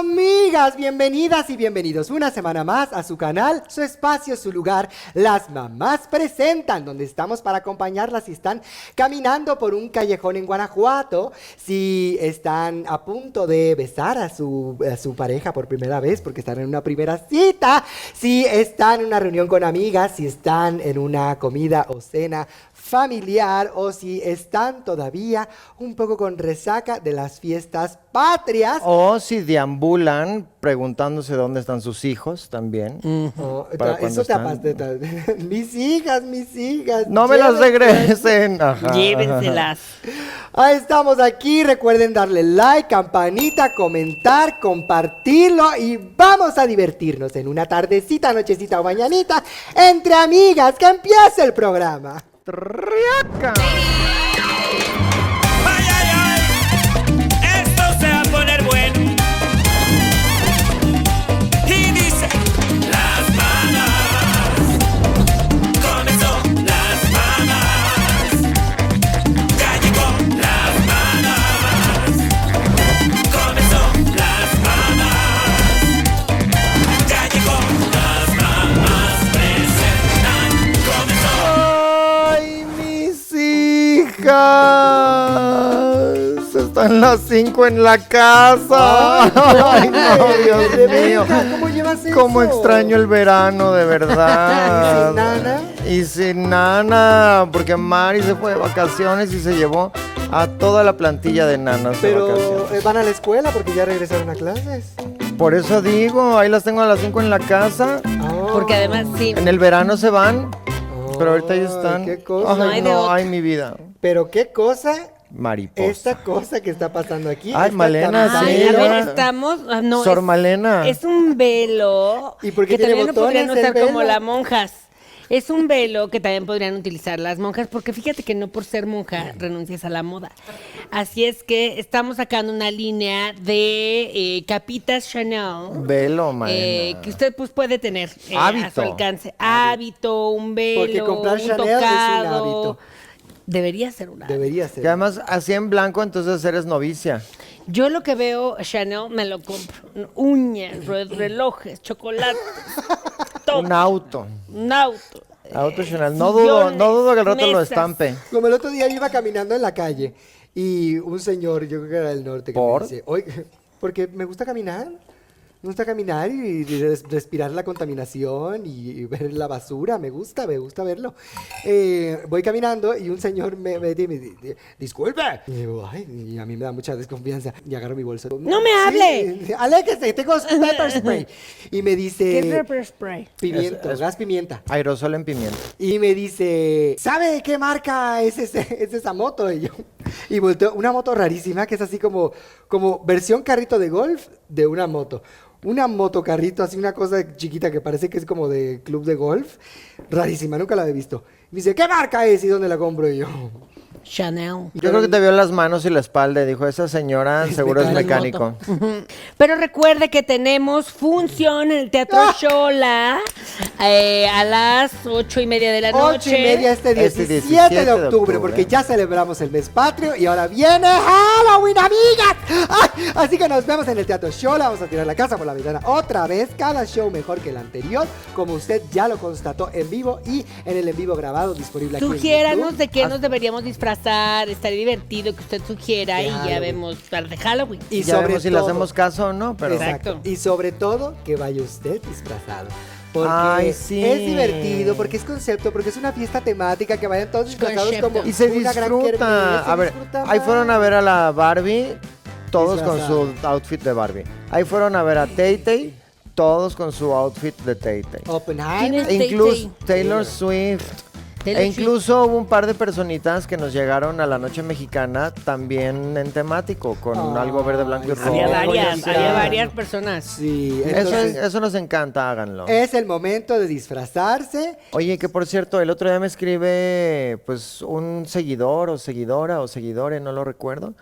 Amigas, bienvenidas y bienvenidos una semana más a su canal, su espacio, su lugar. Las mamás presentan, donde estamos para acompañarlas si están caminando por un callejón en Guanajuato, si están a punto de besar a su, a su pareja por primera vez porque están en una primera cita, si están en una reunión con amigas, si están en una comida o cena familiar o si están todavía un poco con resaca de las fiestas patrias. O si deambulan preguntándose dónde están sus hijos también. Oh, Para ta- cuando eso te están- apaste, ta- mis hijas, mis hijas. No me las llévenlas. regresen. Ajá, Ah. ajá. Llévenselas. Ahí estamos aquí. Recuerden darle like, campanita, comentar, compartirlo y vamos a divertirnos en una tardecita, nochecita o mañanita entre amigas. Que empiece el programa. Triaca. ¡Ay, ay, ay! Esto se va a poner bueno. Y dice: Las manas. Comenzó las manas. Ya llegó las manas. Comenzó las manas. Ya llegó las manas. Presentan. Comenzó. ¡Ay, mis hijas! Están las cinco en la casa. ¡Ay, no, Dios mío! Rebeca, ¿Cómo llevas eso? Cómo extraño el verano, de verdad. ¿Y sin nana? Y sin nana, porque Mari se fue de vacaciones y se llevó a toda la plantilla de nanas de Pero vacaciones. eh, van a la escuela porque ya regresaron a clases. Por eso digo, ahí las tengo a las 5 en la casa. Oh. Porque además, sí. En el verano se van, pero ahorita Ay, ya están. qué cosa. No Ay, hay de no, otra. ay, mi vida. Pero qué cosa Mariposa. Esta cosa que está pasando aquí. Ay, esta Malena, campana- Ay, sí, a ver, ahora- estamos. ah, no, Sor es- Malena. Es un velo ¿Y por qué que tiene también lo podrían botones el usar como velo? las monjas. Es un velo que también podrían utilizar las monjas, porque fíjate que no por ser monja renuncias a la moda. Así es que estamos sacando una línea de eh, capitas Chanel. Velo, eh, Malena. que usted pues puede tener eh, a Hábito. su alcance hábito un velo Porque comprar un Chanel es un tocado. hábito. debería ser un hábito Debería ser. Que además, así en blanco, entonces eres novicia. Yo lo que veo, Chanel, me lo compro. Uñas, re- relojes, chocolates, todo. Un auto. Un auto. Auto eh, Chanel. No dudo, sillones, no dudo que al rato lo mesas. estampe. Como el otro día yo iba caminando en la calle y un señor, yo creo que era del norte, que ¿Por? me dice, oye, porque me gusta caminar. Me gusta caminar y res- respirar la contaminación y, y ver la basura. Me gusta, me gusta verlo. Eh, voy caminando y un señor me, me, di- me di- di- disculpe. Y, digo, "Ay", y a mí me da mucha desconfianza. Y agarro mi bolso. ¡No me hable! ¡Aléjese! Tengo pepper spray. Y me ¿Qué es dice... pepper spray? Pimiento, Es- es- gas pimienta. Aerosol en pimienta. Y me dice, ¿sabe qué marca es, ese- es esa moto? Y yo, y volteo, una moto rarísima que es así como, como versión carrito de golf de una moto. Una moto carrito, así una cosa chiquita que parece que es como de club de golf. Rarísima, nunca la había visto. Y me dice, ¿qué marca es y dónde la compro? Y yo, Chanel. Yo creo que te vio las manos y la espalda y dijo, esa señora seguro es mecánico. mecánico. Pero recuerde que tenemos función en el Teatro Ah. Shola eh, a las ocho y media de la ocho noche. y media este Este 17, 17 de de octubre, octubre. porque ya celebramos el mes patrio y ahora viene Halloween, amigas. Ay, así que nos vemos en el Teatro Shola, vamos a tirar la casa por la ventana otra vez, cada show mejor que el anterior, como usted ya lo constató en vivo y en el en vivo grabado disponible aquí. en Sugiéranos YouTube. de Ah, qué nos deberíamos disfrazar, estaría divertido que usted sugiera De y ya Halloween. vemos para de Halloween. Y ya sobre vemos si le todo- hacemos caso o no, pero... Exacto. Y sobre todo, que vaya usted disfrazado. Porque Ay, sí. es divertido, porque es concepto, porque es una fiesta temática, que vayan todos disfrazados Concepto. como Y se una gran kermés, disfruta. se A ver, disfruta ahí más. fueron a ver a la Barbie, todos con Disfrazada. su outfit de Barbie. Ahí fueron a ver a Tay-Tay, todos con su outfit de Tay-Tay. Oppenheimer. Tay-Tay. Incluso Taylor Swift. Taylor e Swift. incluso hubo un par de personitas que nos llegaron a la noche mexicana también en temático, con Ay, algo verde, blanco y rojo. Había y varias, tal. había varias personas. Sí, Eso, entonces, es- eso nos encanta, háganlo. es el momento de disfrazarse. Oye, que por cierto, el otro día me escribe pues un seguidor o seguidora o seguidores, no lo recuerdo,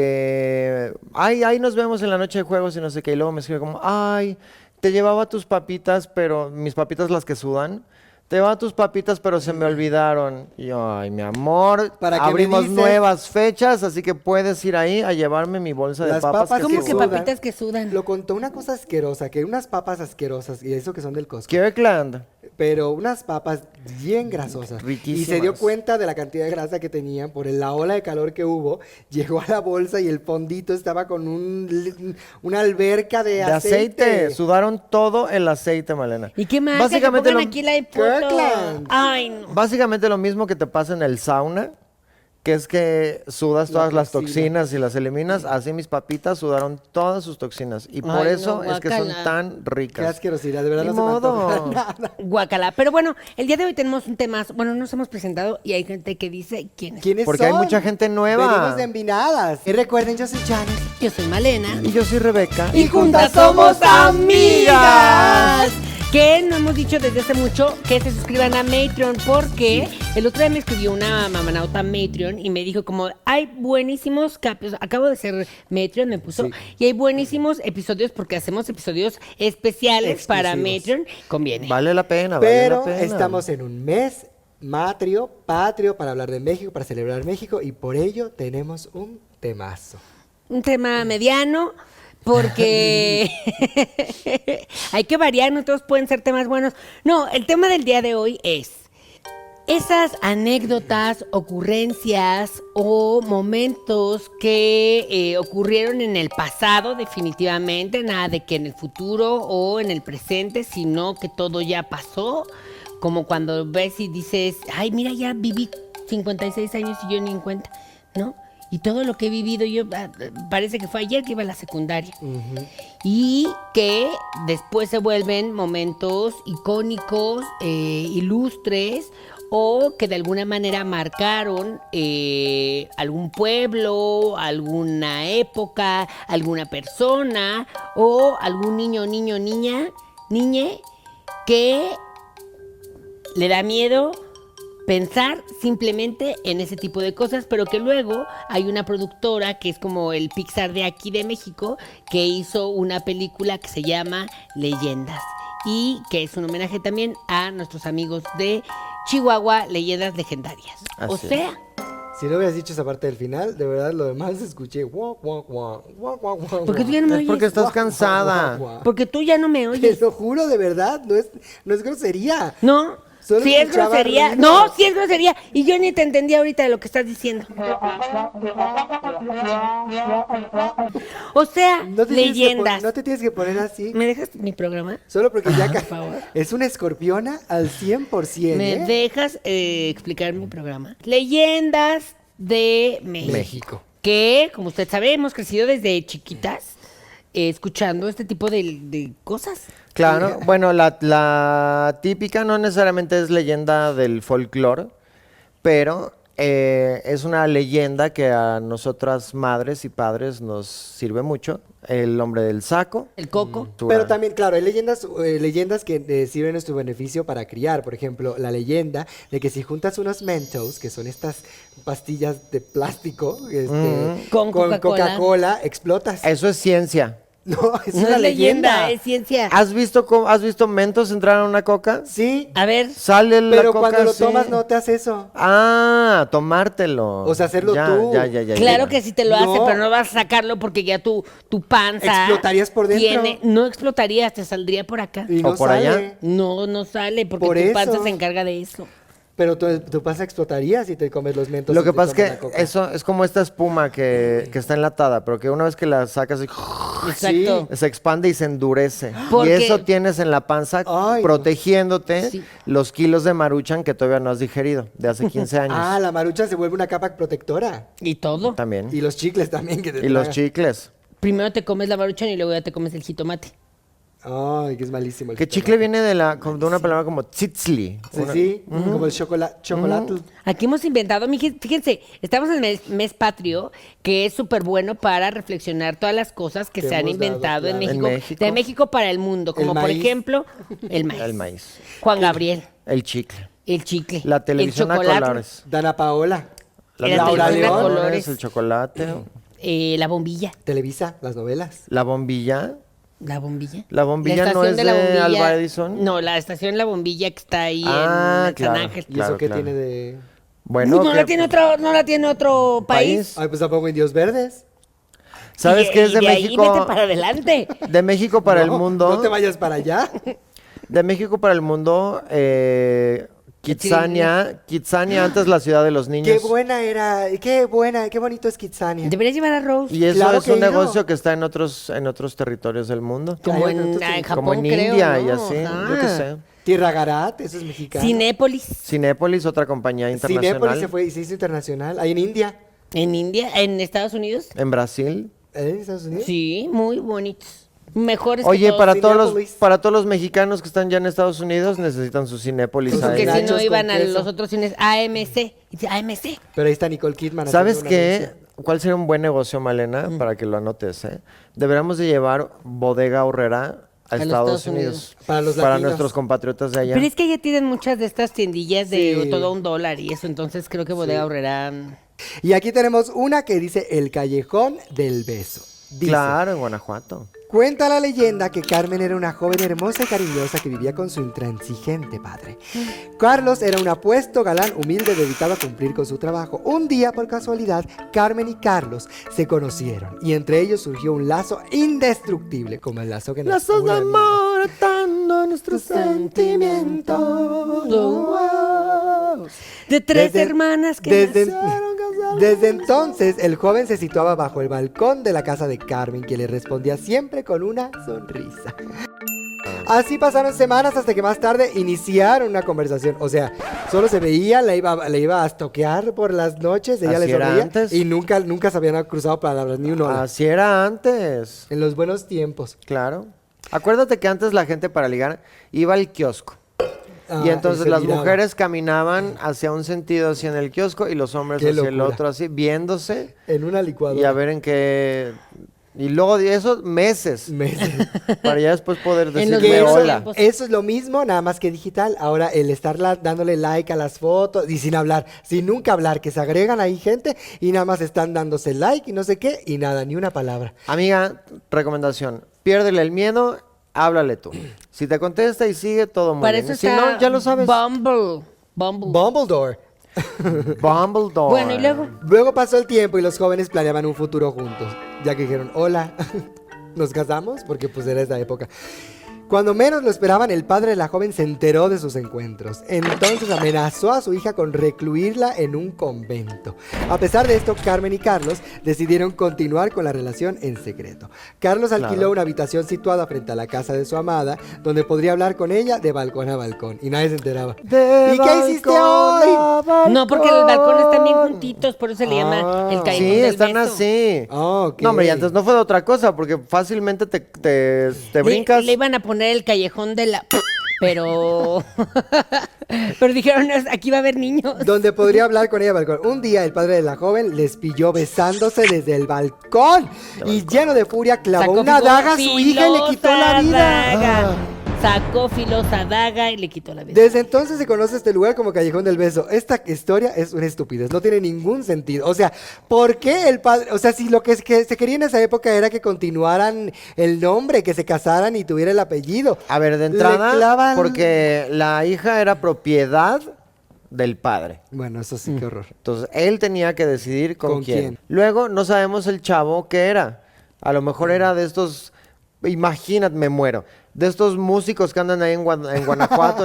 que ay, ay, nos vemos en la noche de juegos y no sé qué, y luego me escribe como, "Ay, te llevaba tus papitas, pero mis papitas las que sudan, Te van tus papitas, pero se me olvidaron. Y yo, ay, mi amor, Mm. ¿Para qué me abrimos dices? nuevas fechas, así que puedes ir ahí a llevarme mi bolsa de Las papas. papas ¿Cómo que que sudan. papitas que sudan? Lo contó una cosa asquerosa, que unas papas asquerosas, y eso que son del Costco, Kirkland. pero unas papas bien grasosas. Y se dio Riquísimas. cuenta de la cantidad de grasa que tenían por la ola de calor que hubo. Llegó a la bolsa y el fondito estaba con un, li- una alberca de, De aceite. Sudaron todo el aceite, Malena. ¿Y qué más? Básicamente que pongan lo- aquí la de puto. Kirkland. Ay, no. Básicamente lo mismo que te pasa en el sauna, que es que sudas La todas las toxina. toxinas y las eliminas. Así mis papitas sudaron todas sus toxinas. Y por Ay, eso no, es que son guácala. tan Qué ricas. asquerosidad, de verdad Ni no se me antoja modo. nada. Guacala. Pero bueno, el día de hoy tenemos un tema. Bueno, nos hemos presentado y hay gente que dice quién es. ¿Quiénes Porque hay son? mucha gente nueva. Venimos de Envinadas. Y recuerden, yo soy Janet. Yo soy Malena. Y yo soy Rebeca. Y juntas somos amigas. Que no hemos dicho desde hace mucho que se suscriban a Matreon porque el otro día me escribió una mamanauta Matreon y me dijo como hay buenísimos capítulos, acabo de ser Matreon, me puso, y hay buenísimos episodios porque hacemos episodios especiales para Exclusivos. Matreon, conviene. Vale la pena, Ah, vale la Pero pena. estamos en un mes matrio, patrio, para hablar de México, para celebrar México, y por ello tenemos un temazo. Un tema mediano porque hay que variar, no todos pueden ser temas buenos. No, el tema del día de hoy es esas anécdotas, ocurrencias o momentos que eh, ocurrieron en el pasado definitivamente, nada de que en el futuro o en el presente, sino que todo ya pasó, como cuando ves y dices, ay, mira, ya viví 56 años y yo ni en cuenta, ¿no? Y todo lo que he vivido, yo ah, parece que fue ayer que iba a la secundaria y que después se vuelven momentos icónicos, eh, ilustres o que de alguna manera marcaron eh, algún pueblo, alguna época, alguna persona o algún niño, niño, niña, niñe que le da miedo pensar simplemente en ese tipo de cosas, pero que luego hay una productora que es como el Pixar de aquí de México, que hizo una película que se llama Leyendas y que es un homenaje también a nuestros amigos de Chihuahua, Leyendas Legendarias. o Así es. sea, Si no hubieras dicho esa parte del final, de verdad lo demás escuché. guau, guau, guau, guau, guau, guau, Porque tú guau. ya no me Es porque oyes. estás Guau, cansada. guau, guau, guau. Porque tú ya no me Te oyes. lo juro, de verdad, no es, no es grosería. No, Solo si es escuchaba grosería. ruido. No, si es grosería. Y yo ni te entendí ahorita de lo que estás diciendo. O sea, No te tienes que pon- leyendas. no te tienes que poner así. ¿Me dejas mi programa? Solo porque ya ca- favor. es una escorpiona al 100%. ¿Me ¿eh? dejas eh, explicar mi programa? Leyendas de México. México. Que, como usted sabe, hemos crecido desde chiquitas eh, escuchando este tipo de, de cosas. Claro, bueno, la, la típica no necesariamente es leyenda del folclore, pero eh, es una leyenda que a nosotras madres y padres nos sirve mucho. El hombre del saco. El coco. Pero también, claro, hay leyendas, eh, leyendas que eh, sirven a tu beneficio para criar. Por ejemplo, la leyenda de que si juntas unos Mentos, que son estas pastillas de plástico, este, Con Coca-Cola. Coca-Cola, explotas. Eso es ciencia. No, es no una leyenda. Ah. es leyenda, es ciencia. ¿Has visto, cómo- ¿Has visto mentos entrar a una coca? Sí, A ver, Sale la pero coca cuando lo así. tomas no te haces eso. Ah, tomártelo. O sea, hacerlo Ya, tú. Ya, ya, ya, ya, claro ya. que sí te lo No. hace, pero no vas a sacarlo porque ya tu, tu panza. Explotarías por dentro. no explotarías, te saldría por acá. Y O no por sale, allá. No, no sale porque Por tu panza eso. se encarga de eso. Pero tu, tu panza explotaría si te comes los Mentos. Lo y que te pasa es tomas la que Coca. eso es como esta espuma que, que está enlatada, pero que una vez que la sacas Exacto. se expande y se endurece. Porque- Y eso tienes en la panza Ay, no. protegiéndote Sí. los kilos de maruchan que todavía no has digerido de hace 15 años. Ah, la marucha se vuelve una capa protectora. Y todo. También. Y los chicles también que te Y los tragas. chicles. Primero te comes la maruchan y luego ya te comes el jitomate. Ay, que es Pues malísimo. el Que jitomate. chicle viene de la de una palabra como tzitzli. Sí, sí, como el chocolate. chocolate. Aquí hemos inventado, mije- fíjense, estamos en el mes, mes patrio, que es súper bueno para reflexionar todas las cosas que, Que se han hemos dado, inventado en, claro. México, En México. de México para el mundo, como por maíz. ejemplo el maíz. El maíz. Juan Gabriel, El chicle. el chicle, La televisión el a chocolate, colores. Dana Paola. La Laura televisión León. a colores. El chocolate. eh, la bombilla. Televisa, las novelas. La bombilla. ¿La bombilla? ¿La bombilla no estación es la de bombilla- Alvar Edison? No, la estación La Bombilla que está ahí Ah, en claro. San Ángel. ¿Y Claro, eso qué claro. tiene de...? Bueno, no, que- la tiene otro, no la tiene otro país. Ay, pues tampoco indios verdes. ¿Sabes Y- qué es y de, ahí México? vete para adelante. De México para el No, mundo. No te vayas para allá. De México para el mundo, eh, Kitsania. Kitsania, antes la ciudad de los niños. qué buena era, qué buena, qué bonito es Kitsania. Deberías llevar a Rose. Y eso Claro es que he un ido. negocio que está en otros, en otros territorios del mundo. Como Ay, en, entonces, ah, en Japón, Como en creo, India ¿no? Ah. y así, yo qué Ajá. sé. Tierra Garat, eso es mexicano. Cinépolis. Cinépolis, otra compañía internacional. Cinépolis se fue y se hizo internacional. Ahí en India. En India, en Estados Unidos. En Brasil. ¿Eh? ¿En Estados Unidos? Sí, muy bonitos. Mejores que Oye, todos. para todos, los, Cinépolis. para todos los mexicanos que están ya en Estados Unidos, necesitan su Cinépolis Pues ahí. Ay, Porque si nachos no con iban a queso. los otros cines AMC. Y dice, AMC. Pero ahí está Nicole Kidman. haciendo ¿Sabes una qué? mención. ¿Cuál sería un buen negocio, Malena? Para que lo anotes, ¿eh? Deberíamos de llevar bodega horrera a, A Estados, los Estados Unidos. Unidos. Para los latinos. nuestros compatriotas de allá. Pero es que ya tienen muchas de estas tiendillas de Sí. todo un dólar y eso, entonces creo que Bodega Aurrera... mm, Y aquí tenemos una que dice El Callejón del Beso. Dice, Claro, en Guanajuato. Cuenta la leyenda que Carmen era una joven hermosa y cariñosa que vivía con su intransigente padre. Carlos era un apuesto galán humilde dedicado a cumplir con su trabajo. Un día, por casualidad, Carmen y Carlos se conocieron y entre ellos surgió un lazo indestructible, como el lazo que nos Lazos de une, amiga. amor atando nuestros sentimientos. De tres Desde- hermanas que desde, nació- desde entonces, el joven se situaba bajo el balcón de la casa de Carmen, que le respondía siempre con una sonrisa. Así pasaron semanas hasta que más tarde iniciaron una conversación. O sea, solo se veía, le iba, le iba a toquear por las noches, ella Así le era sonreía antes. y nunca, nunca se habían cruzado palabras ni uno. Así era antes. En los buenos tiempos. Claro. Acuérdate que antes la gente para ligar iba al kiosco. Ah, y y entonces se las miraban. mujeres caminaban hacia un sentido, así en el kiosco, y los hombres Qué hacia el locura. otro, así, viéndose. En una licuadora. Y a ver en qué... Y luego de eso, meses. Meses. para ya después poder En los Que decirle buenos hola. tiempos. Eso es lo mismo, nada más que digital. Ahora el estar la- dándole like a las fotos y sin hablar, sin nunca hablar, que se agregan ahí gente y nada más están dándose like y no sé qué y nada, ni una palabra. Amiga, recomendación. Piérdele el miedo, háblale tú. Si te contesta y sigue, todo muy Para bien. eso si está no, ya lo sabes. Bumble. Bumble. Dumbledore. Bumbledore. Bueno, y luego... Luego pasó el tiempo y los jóvenes planeaban un futuro juntos, ya que dijeron, hola, nos casamos, porque pues era esa época. Cuando menos lo esperaban, el padre de la joven se enteró de sus encuentros. Entonces amenazó a su hija con recluirla en un convento. A pesar de esto, Carmen y Carlos decidieron continuar con la relación en secreto. Carlos alquiló Claro. una habitación situada frente a la casa de su amada, donde podría hablar con ella de balcón a balcón. Y nadie se enteraba. De ¿Y qué hiciste balcón hoy? a balcón. No, porque los balcones están bien juntitos, por eso se le Ah. llama el callejón Sí, del están beso. así. Ah, ok. No, hombre, y antes no fue de otra cosa, porque fácilmente te, te, te Le- brincas. Le, iban a poner el callejón de la... Pero... pero dijeron, "No, aquí va a haber niños. donde podría hablar con ella balcón. Un día el padre de la joven les pilló besándose desde el balcón y lleno de furia clavó Sacó una filosa daga a su hija y le quitó la vida. daga. Ah. Sacó filosa daga y le quitó la vida. Desde entonces se conoce este lugar como Callejón del Beso. Esta historia es una estupidez, no tiene ningún sentido. O sea, ¿por qué el padre? O sea, si lo que, es- que se quería en esa época era que continuaran el nombre, que se casaran y tuviera el apellido. A ver, de Le entrada, clavan- porque la hija era propiedad del padre. Bueno, eso Mm. sí, qué horror. Entonces, él tenía que decidir con, ¿Con quién. quién? Luego, no sabemos el chavo que era. A lo mejor era de estos, imagínate, me muero, de estos músicos que andan ahí en, Guan- en Guanajuato,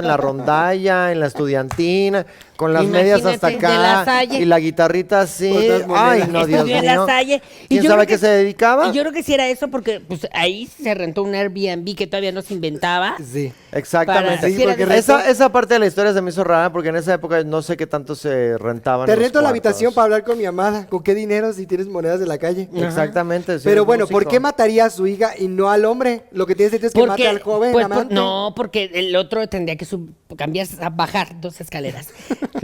en la rondalla, en la estudiantina, con las medias hasta Imagínate, de la acá Salle. y la guitarrita así. Otras monedas. Ay, no, Dios Estudió mío. en la Salle. Y ¿Quién yo sabe creo a qué se dedicaba? Y yo creo que sí era eso porque pues, ahí se rentó un Airbnb que todavía no se inventaba. Sí. Exactamente. Para- Sí, porque rentó- esa, esa parte de la historia se me hizo rara porque en esa época no sé qué tanto se rentaban. Te los rento la cuartos. habitación para hablar con mi amada. ¿Con qué dinero si tienes monedas de la calle? Exactamente. si Pero eres bueno, ¿por músico. qué mataría a su hija y no al hombre? Lo que tiene sentido es que mate al joven pues, por- amante. no, porque el otro tendría que sub- cambiarse, a bajar dos escaleras,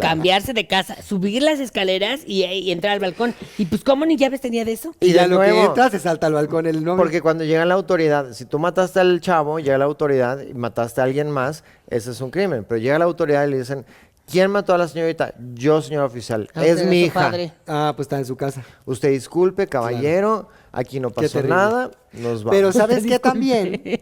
cambiarse de casa, subir las escaleras y, eh, y entrar al balcón. Y pues, ¿cómo ni llaves tenía de eso? Y, Y ya de lo que nuevo. entra se salta al balcón el nombre. Porque cuando llega la autoridad, si tú mataste al chavo, llega la autoridad y mataste a alguien más, ese es un crimen. Pero llega la autoridad y le dicen, ¿quién mató a la señorita? Yo, señor oficial. Ah, es usted mi su hija. padre. Ah, pues está en su casa. Usted disculpe, caballero, Aquí no Qué pasó terrible. nada, nos vamos. Pero ¿sabes qué también?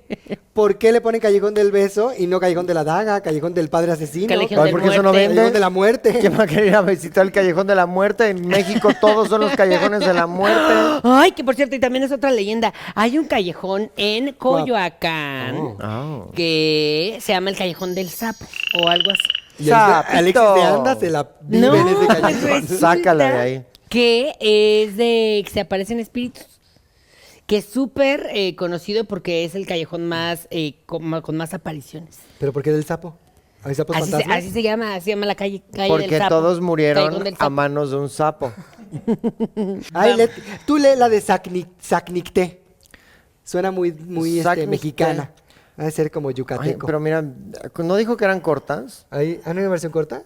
¿Por qué le ponen Callejón del Beso y no Callejón de la Daga, Callejón del Padre Asesino? Callejón Ay, del porque eso no muerte. vende. Callejón de la muerte. ¿Quién va a querer ir a visitar el Callejón de la Muerte? En México todos son los callejones de la muerte. Ay, que por cierto, y también es otra leyenda. Hay un callejón en Coyoacán Oh. que se llama el Callejón del Sapo o algo así. Y ahí se- Alexis Sapito. de Anda se la vive en ese pues callejón. resulta Sácala de ahí. Que es de que se aparecen espíritus. Que es súper eh, conocido porque es el callejón más eh, con, ma- con más apariciones. ¿Pero por qué del sapo? ¿Hay sapos Así se, fantasmas? así se llama, así se llama la calle, calle del Porque sapo. todos Callejón murieron del sapo. a manos de un sapo. Ay, le- tú lee la de Sacnic, Sacnicté. Suena muy, muy este, Sacnicté. mexicana. Ha de ser como Ay, yucateco. pero mira, ¿no dijo que eran cortas? Ahí- ¿Ah, no hay versión corta?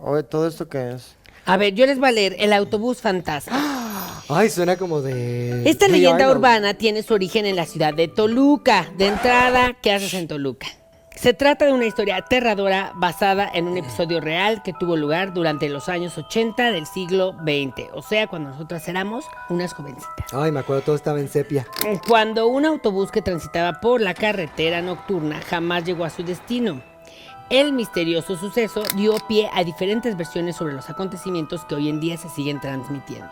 Oye, ¿todo esto qué es? A ver, yo les voy a leer El autobús fantasma. Ay, suena como de... Esta Río leyenda Island. urbana tiene su origen en la ciudad de Toluca. De entrada, ¿qué haces en Toluca? Se trata de una historia aterradora basada en un episodio real que tuvo lugar durante los años 80 del siglo XX, o sea, cuando nosotras éramos unas jovencitas. Ay, me acuerdo, todo estaba en sepia. Cuando un autobús que transitaba por la carretera nocturna jamás llegó a su destino. El misterioso suceso dio pie a diferentes versiones sobre los acontecimientos que hoy en día se siguen transmitiendo.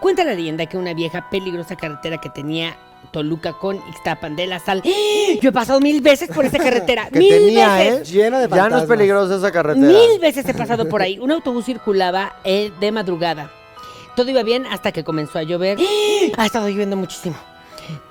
Cuenta la leyenda que una vieja peligrosa carretera que tenía Toluca con Ixtapan de la Sal. ¡Ah! Yo he pasado mil veces por esa carretera. Que mil tenía, veces. ¿eh? Lleno de Ya no fantasmas. es peligrosa esa carretera. Mil veces he pasado por ahí. Un autobús circulaba eh, de madrugada. Todo iba bien hasta que comenzó a llover. Ha estado lloviendo muchísimo.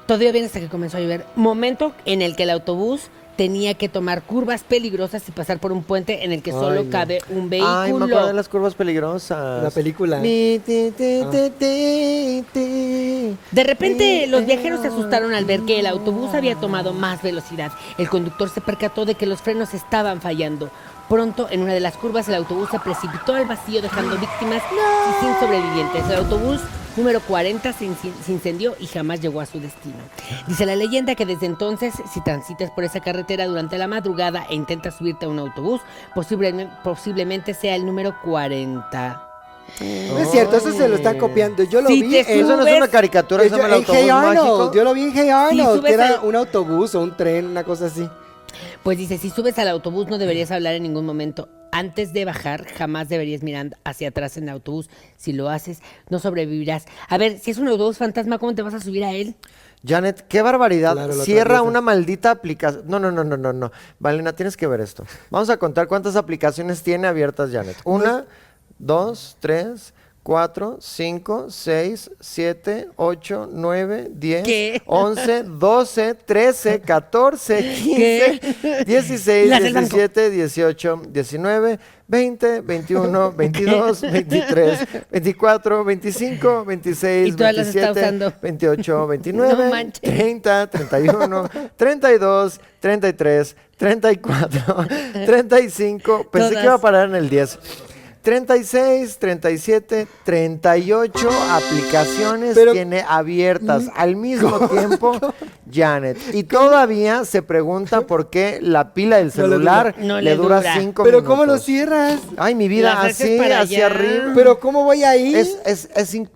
Todo iba bien hasta que comenzó a llover. Momento en el que el autobús tenía que tomar curvas peligrosas y pasar por un puente en el que solo Ay, no. cabe Ay, un me acuerdo de vehículo. las curvas peligrosas. La película. Ah. Mi, ti, ti, ti, ti, ti. De repente, los viajeros se asustaron al ver que el autobús había tomado más velocidad. El conductor se percató de que los frenos estaban fallando. Pronto, en una de las curvas, el autobús se precipitó al vacío, dejando víctimas y sin sobrevivientes. El autobús número 40 se, inci- se incendió y jamás llegó a su destino. Dice la leyenda que desde entonces, si transitas por esa carretera durante la madrugada e intentas subirte a un autobús, posible- posiblemente sea el número 40. No es cierto, eso se lo están copiando. Yo lo Si vi te en... Oh. Eso no es Subes- una caricatura, Eh, eso yo- es el en autobús Hey Arnold, mágico. yo lo vi en Hey Arnold, subes que era al- un autobús o un tren, una cosa así. Pues dice, si subes al autobús no deberías hablar en ningún momento. Antes de bajar, jamás deberías mirar hacia atrás en el autobús. Si lo haces, no sobrevivirás. A ver, si es un autobús fantasma, ¿cómo te vas a subir a él? Janet, qué barbaridad. Claro, lo Cierra atraviesas. una maldita aplicación. No, no, no, no, no, no. Valena, tienes que ver esto. Vamos a contar cuántas aplicaciones tiene abiertas Janet. Una, dos, tres, cuatro, cinco, seis, siete, ocho, nueve, diez, ¿Qué? once, doce, trece, catorce, quince, dieciséis, Las del banco. diecisiete, dieciocho, diecinueve, veinte, veintiuno, veintidós, veintitrés, veinticuatro, veinticinco, veintiséis, Y todas las está usando. veintisiete, 28, 29, No manches. 30, 31, 32, 33, 34, 35. Pensé Todas. que iba a parar en el 10. 36, 37, 38 aplicaciones Pero- tiene abiertas al mismo tiempo Janet. Y todavía se pregunta por qué la pila del No le celular dura. ¿Eh? No le le dura dura. 5 minutos. Pero ¿cómo lo cierras? Ay, mi vida, Las haces así, para hacia allá. arriba. Pero ¿cómo voy ahí? es, es, es in-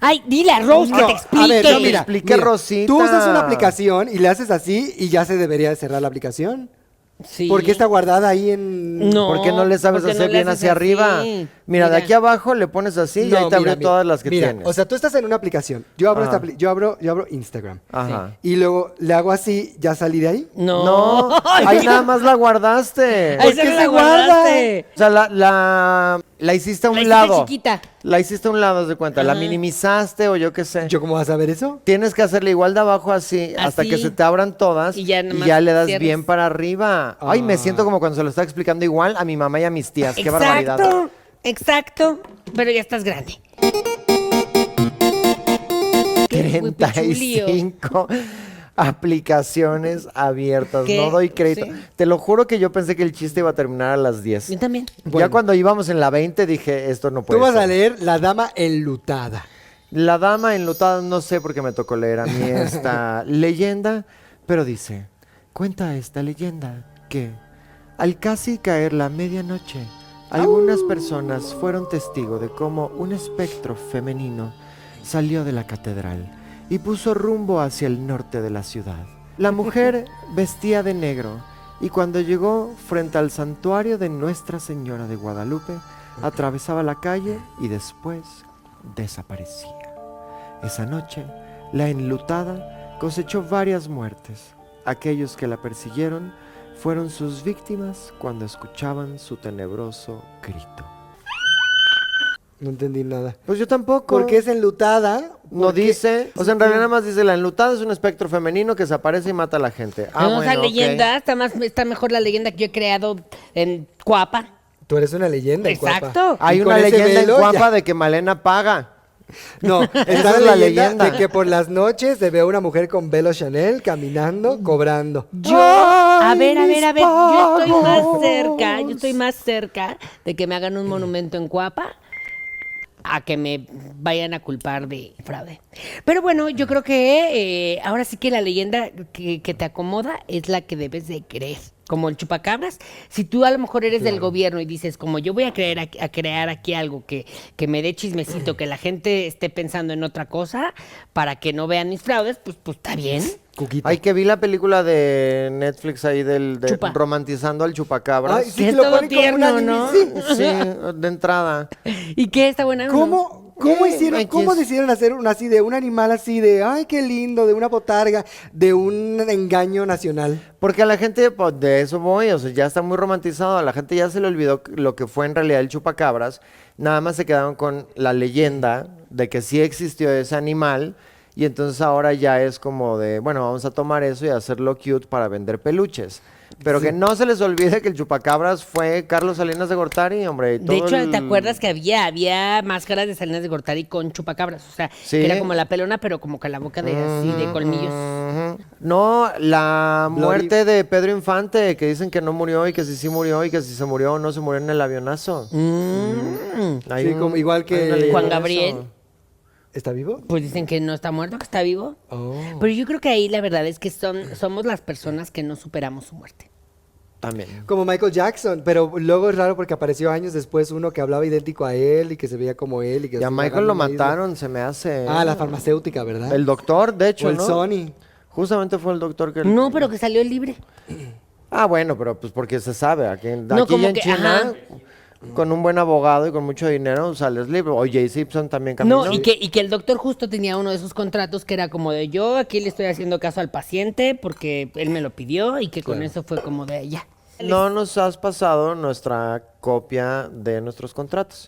Ay, dile a Rose que No, te explique. A ver, no, mira, Explique, mira, Rosita. Tú usas una aplicación y le haces así y ya se debería de cerrar la aplicación. Sí. Porque está guardada ahí en... No. ¿Por qué no le sabes porque no hacer le bien haces hacia así. arriba? Mira, de Mira. aquí abajo le pones así y No, ahí te abrió mira, mira, todas las que mira, tienes. O sea, tú estás en una aplicación. Yo abro, Ajá. esta apli- yo abro, yo abro Instagram. Ajá. Y luego le hago así, ya salí de ahí. No. No, ahí nada más la guardaste. Ahí se qué la se guardaste. O sea, la, la, la hiciste a un La hiciste lado. chiquita. La hiciste a un lado, haz de cuenta. La minimizaste o yo qué sé. ¿Yo cómo vas a ver eso? Tienes que hacerle igual de abajo así, hasta Así. que se te abran todas Y y ya, ya nomás le das cierras. bien para arriba. Ay, me Ah. siento como cuando se lo estaba explicando igual a mi mamá y a mis tías. Qué barbaridad. Exacto, exacto. Pero ya estás grande. Qué huipichulio. 35 aplicaciones abiertas. ¿Qué? No doy crédito. Sí. Te lo juro que yo pensé que el chiste iba a terminar a las 10. Yo también. Bueno. Ya cuando íbamos en la 20 dije, esto no puede Tú vas ser. a leer La Dama Enlutada. La dama enlutada, no sé por qué me tocó leer a mí esta leyenda, pero dice, cuenta esta leyenda que al casi caer la medianoche, algunas personas fueron testigo de cómo un espectro femenino salió de la catedral y puso rumbo hacia el norte de la ciudad. La mujer vestía de negro y cuando llegó frente al santuario de Nuestra Señora de Guadalupe, atravesaba la calle y después desaparecía. Esa noche, la enlutada cosechó varias muertes. Aquellos que la persiguieron fueron sus víctimas cuando escuchaban su tenebroso grito. No entendí nada. Pues yo tampoco. Porque es enlutada. No porque- dice. O sea, en realidad nada más dice la enlutada es un espectro femenino que se aparece y mata a la gente. Ah, no, bueno, esa ok. leyenda está, más, está mejor la leyenda que yo he creado en Cuapa. Tú eres una leyenda, en Cuapa. Exacto. Y Hay con una ese leyenda en velo ya- Guapa de que Malena paga. No, esa es la leyenda de que por las noches se ve a una mujer con velo Chanel caminando, cobrando. Yo, a ver, a ver, a ver, yo estoy más cerca, yo estoy más cerca de que me hagan un monumento en Cuapa a que me vayan a culpar de fraude. Pero bueno, yo creo que eh, ahora sí que la leyenda que, que te acomoda es la que debes de creer, como el chupacabras. Si tú a lo mejor eres del gobierno y dices, como yo voy a, creer aquí- a crear aquí algo que, que me dé chismecito, que la gente esté pensando en otra cosa para que no vean mis fraudes, pues, pues está bien. Cuquita. Ay, que vi la película de Netflix ahí del de Chupa. romantizando al chupacabras. Ay, que te es todo tierno, ¿no? anime, sí. Sí, de entrada. ¿Y qué está buena? o no? ¿Cómo, cómo Eh, hicieron, ay, cómo yes. decidieron hacer un así de un animal así de, ay, qué lindo, de una botarga, de un engaño nacional? Porque a la gente, pues, de eso voy, o sea, ya está muy romantizado, a la gente ya se le olvidó lo que fue en realidad el chupacabras, nada más se quedaron con la leyenda de que sí existió ese animal, y entonces ahora ya es como de, bueno, vamos a tomar eso y hacerlo cute para vender peluches. Pero que no se les olvide que el chupacabras fue Carlos Salinas de Gortari, hombre. y todo De hecho, el- ¿te acuerdas que había? Había máscaras de Salinas de Gortari con chupacabras. O sea, Sí. que era como la pelona, pero como con la boca de así, de colmillos. Ujú. No, la muerte de Pedro Infante, que dicen que no murió y que si sí murió y que si se murió o no se murió en el avionazo. Mm. Mm. Hay Sí, como igual que- hay una leyenda Juan de eso. Gabriel. ¿Está vivo? Pues dicen que no está muerto, que está vivo. Oh. Pero yo creo que ahí la verdad es que son, somos las personas que no superamos su muerte. También. Como Michael Jackson, pero luego es raro porque apareció años después uno que hablaba idéntico a él y que se veía como él. Y, que Y a se Michael lo pagaba mismo. mataron, se me hace. ¿eh? Ah, la farmacéutica, ¿verdad? El doctor, de hecho, o el ¿no? Sony. Justamente fue el doctor que... No, pero que salió libre. Ah, bueno, pero pues porque se sabe. Aquí, en- No, aquí como en que- China, ajá. con un buen abogado y con mucho dinero, sales libre. O Jay Simpson también caminó. No, y que, y que el doctor justo tenía uno de esos contratos que era como de yo aquí le estoy haciendo caso al paciente porque él me lo pidió y que con eso fue como de ya. No nos has pasado nuestra copia de nuestros contratos.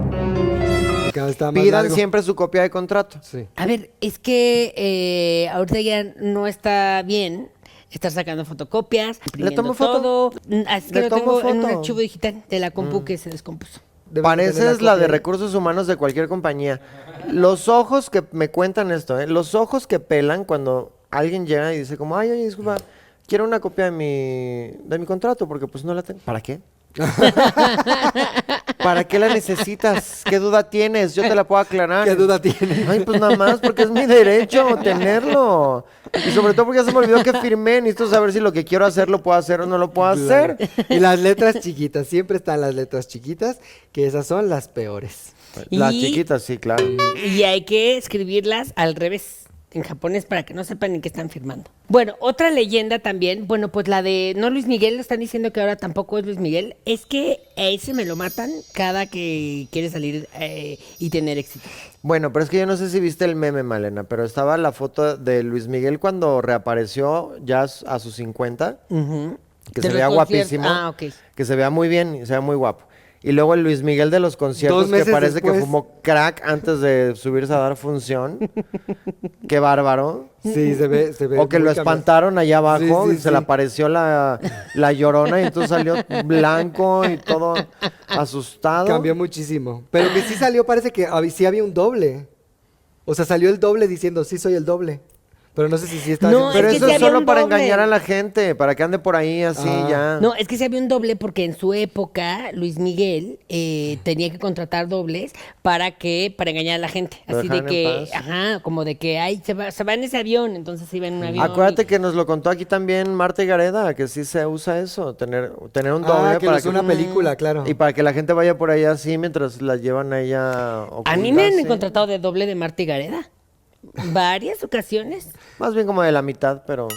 Cada vez está más Pidan largo. siempre su copia de contrato. Sí. A ver, es que eh, ahorita ya no está bien estar sacando fotocopias, Le tomo imprimiendo foto. todo. Mm, Así que Le lo tomo tengo en un foto. Mm. archivo digital de la compu que se descompuso. Debes tener Pareces la de copia. recursos humanos de cualquier compañía. Los ojos que me cuentan esto, ¿eh? los ojos que pelan cuando alguien llega y dice como, ay, oye, disculpa, quiero una copia de mi, de mi contrato porque pues no la tengo. ¿Para qué? ¿Para qué la necesitas? ¿Qué duda tienes? Yo te la puedo aclarar. ¿Qué duda tienes? Ay, pues nada más, porque es mi derecho tenerlo. Y sobre todo porque ya se me olvidó que firmé. Necesito saber si lo que quiero hacer lo puedo hacer o no lo puedo hacer. Y las letras chiquitas, siempre están las letras chiquitas, que esas son las peores. La Y- chiquita, sí, claro. Y hay que escribirlas al revés, en japonés, para que no sepan ni qué están firmando. Bueno, otra leyenda también, bueno, pues la de no Luis Miguel, lo están diciendo que ahora tampoco es Luis Miguel, es que a ese me lo matan cada que quiere salir eh, y tener éxito. Bueno, pero es que yo no sé si viste el meme, Malena, pero estaba la foto de Luis Miguel cuando reapareció ya a su- a sus 50, que Mm. De se los veía conciertos. guapísimo, Ah, ok. que se vea muy bien y se vea muy guapo. Y luego el Luis Miguel de los conciertos, Dos que meses parece que después. fumó crack antes de subirse a dar función. Qué bárbaro. Sí, se ve, se ve. O que muy lo cambiado. espantaron allá abajo Sí, y sí, se le sí. apareció la, la llorona y entonces salió blanco y todo asustado. Cambió muchísimo. Pero que sí salió, parece que hab- sí había un doble. O sea, salió el doble diciendo, sí soy el doble. Pero no sé si sí está No, haciendo- Pero es que eso sí es había solo un para doble. engañar a la gente, para que ande por ahí así Ah. ya. No, es que se había un doble porque en su época Luis Miguel eh, tenía que contratar dobles para que para engañar a la gente, Lo así de dejaran en que, paz. ajá, como de que ay se va, se va en ese avión, entonces se iba en un avión. Acuérdate que nos lo contó aquí también Marta y Gareda, que sí se usa eso, tener, tener un doble Ah, que para es una película, claro. y para que la gente vaya por ahí así mientras la llevan a ella a mí me han ocultarse. contratado de doble de Marta y Gareda. varias ocasiones. Más bien como de la mitad, pero.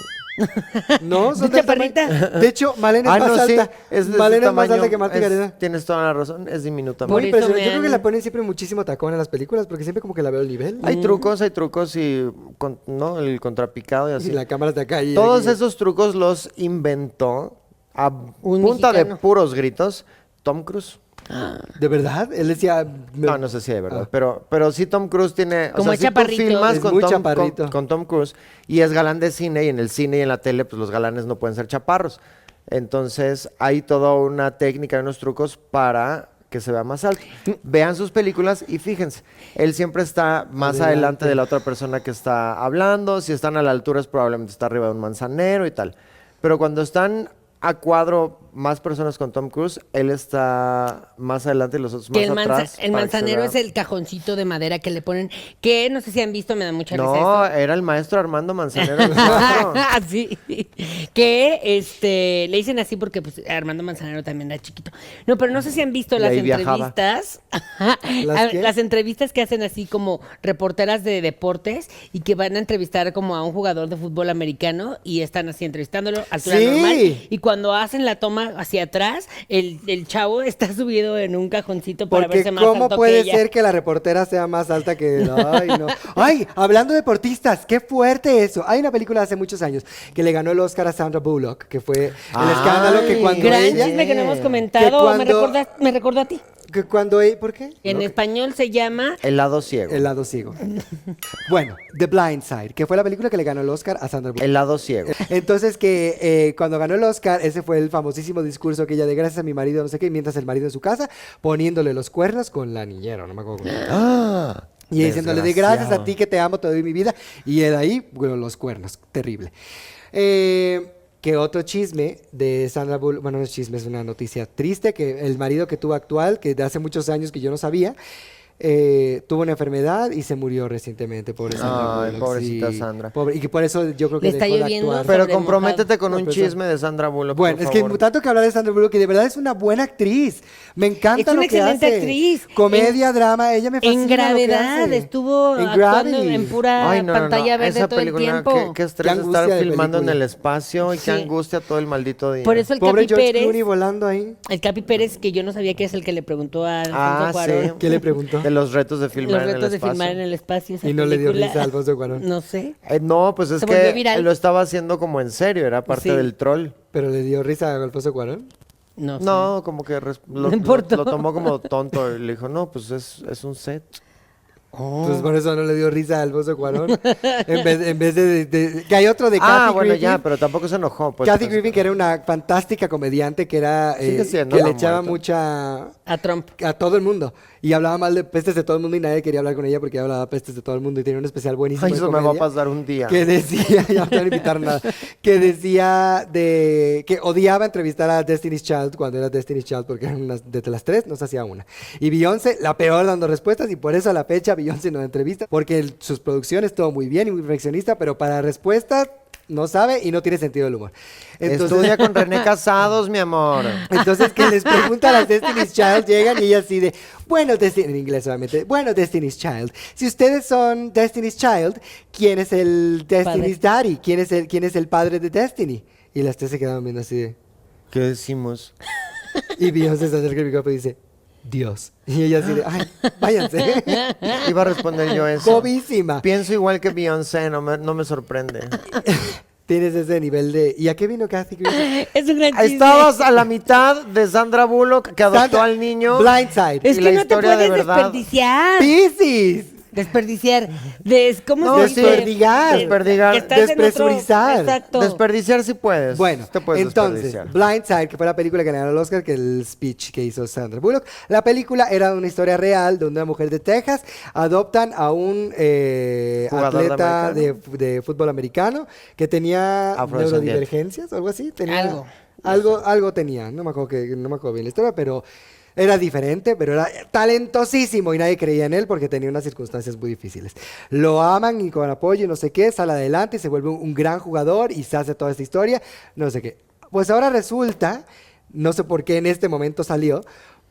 No, son ¿De del tama- chaparrita? De hecho, Malena es Ah, más no, sí. alta. Es de su Malena es más tamaño, alta que Marta es- Gareda. Tienes toda la razón, es diminuta. Por Muy Marta. eso impresionante. Yo me creo que han- la ponen siempre muchísimo tacón en las películas porque siempre como que la veo al nivel. Hay trucos, hay trucos y. con- ¿No? El contrapicado y Y así. la cámara está acá. Y Todos y- esos trucos los inventó a Un punta mexicano. de puros gritos Tom Cruise. Ah, ¿De verdad? Él decía... No, no sé si de verdad, pero, pero sí Tom Cruise tiene... Como o sea, es si tú chaparrito. filmas Ah. Es con muy Tom, con, chaparrito. con Tom Cruise y es galán de cine y en el cine y en la tele pues los galanes no pueden ser chaparros. Entonces hay toda una técnica y unos trucos para que se vea más alto. Vean sus películas y fíjense, él siempre está más adelante de la otra persona que está hablando, si están a la altura es probablemente está arriba de un manzanero y tal. Pero cuando están a cuadro más personas con Tom Cruise, él está más adelante y los otros Que el, más manza- atrás. el para que se manzanero vea- es el cajoncito de madera que le ponen, que no sé si han visto, me da mucha risa. No, era el maestro Armando Manzanero. el maestro. Ah, esto. sí. Que este le dicen así porque pues Armando Manzanero también era chiquito. No, pero no sé si han visto Y las ahí viajaba. entrevistas. Ajá. ¿Las A- qué? las entrevistas que hacen así como reporteras de deportes y que van a entrevistar como a un jugador de fútbol americano y están así entrevistándolo a altura Sí. normal. Y cuando hacen la toma hacia atrás, el, el chavo está subido en un cajoncito para Porque verse más ¿cómo alto puede que ella. ser que la reportera sea más alta que... Ay, no. Ay, hablando de deportistas, qué fuerte eso. Hay una película de hace muchos años que le ganó el Oscar a Sandra Bullock, que fue el Ay, escándalo que cuando Gran ella... chisme que no hemos comentado. cuando- Me, recorda- me recordó a ti. Que cuando ella... ¿Por qué? En español se llama El lado ciego. El El, lado ciego. Bueno, The Blind Side, que fue la película que le ganó el Oscar a Sandra Bullock. lado ciego. Eh, Entonces que eh, cuando ganó el Oscar, ese fue el famosísimo discurso que ella de gracias a mi marido, no sé qué, mientras el marido en su casa, poniéndole los cuernos con la niñera, no me acuerdo. cómo se llama. Ah, Y diciéndole de gracias a desgraciado. ti que te amo, te doy mi vida. Y él ahí, bueno, los cuernos, terrible. Eh, que otro chisme de Sandra Bullock, bueno, no es chisme, es una noticia triste, que el marido que tuvo actual, que de hace muchos años que yo no sabía, eh, tuvo una enfermedad y se murió recientemente, pobre Sandra Ay, Bullock, pobrecita sí. Sandra. Pobre- y que por eso yo creo que Le está dejó de lloviendo actuar. Pero Sobre comprométete mojado. con No, un pero- chisme de Sandra Bullock. Bueno, por es que favor. tanto que hablar de Sandra Bullock y de verdad es una buena actriz. Me encanta Es una lo que excelente hace. actriz. Comedia, drama, ella me fascina En lo que Gravedad. hace. Estuvo En actuando Gravity. en pura Ay, no, no, no, pantalla verde esa todo el película, tiempo. Qué, qué estrés Qué estar angustia de filmando en película. el espacio y Sí. qué angustia todo el maldito día. Por eso el Pobre Capi George Pérez. Clooney volando ahí. El Capi Pérez, que yo no sabía que es el que le preguntó a Alfonso Ah, sí. Cuarón ¿Qué le preguntó? De los retos de filmar los en el retos de espacio. filmar en el espacio. esa Y no le dio película. risa a Alfonso Cuarón. No sé. Eh, no, pues es Se volvió que viral. lo estaba haciendo como en serio, era parte Sí. del troll. Pero le dio risa a Alfonso Cuarón. No, sé. No, como que res- lo, ¿Ah, No lo- importó. lo tomó como tonto y le dijo, no, pues es, es un set. Oh. Entonces por eso no le dio risa a Alfonso Cuarón. en, vez, en vez de, de- de- Que hay otro de ah, Kathy bueno, ya, Griffin. pero tampoco se enojó. Pues, Kathy entonces- Griffin, que era una fantástica comediante, que era... Sigue eh, siendo, que no le ha echaba muerto. mucha... A Trump. a todo el mundo y hablaba mal de pestes de todo el mundo y nadie quería hablar con ella porque hablaba pestes de todo el mundo y tenía un especial buenísimo Ay, de eso me va a comedia pasar un día. que decía ya no te van a invitar nada que decía de que odiaba entrevistar a Destiny's Child cuando era Destiny's Child porque eran unas de las tres no se hacía una y Beyoncé la peor dando respuestas y por eso a la fecha Beyoncé no da entrevista porque el- sus producciones todo muy bien y muy perfeccionista pero para respuestas no sabe y no tiene sentido del humor Estudia con René Casados, mi amor. entonces, que les pregunta a las Destiny's Child, llegan y ella así de, bueno, Destiny, en inglés obviamente, bueno, Destiny's Child, si ustedes son Destiny's Child, ¿quién es el Destiny's Daddy? ¿Quién es el, quién es el padre de Destiny? Y las tres se quedaban viendo así de, ¿Qué decimos? y Beyoncé se acerca al micrófono y dice, Dios. Y ella así de, ay, váyanse. Iba a responder yo eso. Bobísima. Pienso igual que Beyoncé, no me, no me sorprende. Tienes ese nivel de, ¿y a qué vino Kathy Griffin? Es un gran chisme. Estabas a la mitad de Sandra Bullock, que adoptó Sandra- al niño. Blindside. Es- Es y que la no te historia de puedes verdad. desperdiciar. Pisces. Desperdiciar. Des, ¿Cómo No, se dice? desperdigar, Des- desperdigar, que estás en otro- despresurizar, Exacto. Desperdiciar si puedes. Bueno, te puedes entonces, desperdiciar. Blindside, que fue la película que le ganó el Oscar, que el speech que hizo Sandra Bullock. La película era una historia real donde una mujer de Texas adoptan a un eh, Jugador de atleta de, americano. de fútbol americano que tenía Afrodescendiente. neurodivergencias o algo así. Tenía, Algo. Algo, algo tenía, no me, acuerdo que, no me acuerdo bien la historia, pero era diferente, pero era talentosísimo y nadie creía en él porque tenía unas circunstancias muy difíciles. Lo aman y con apoyo y no sé qué, sale adelante y se vuelve un, un gran jugador y se hace toda esta historia, no sé qué. Pues ahora resulta, no sé por qué en este momento salió,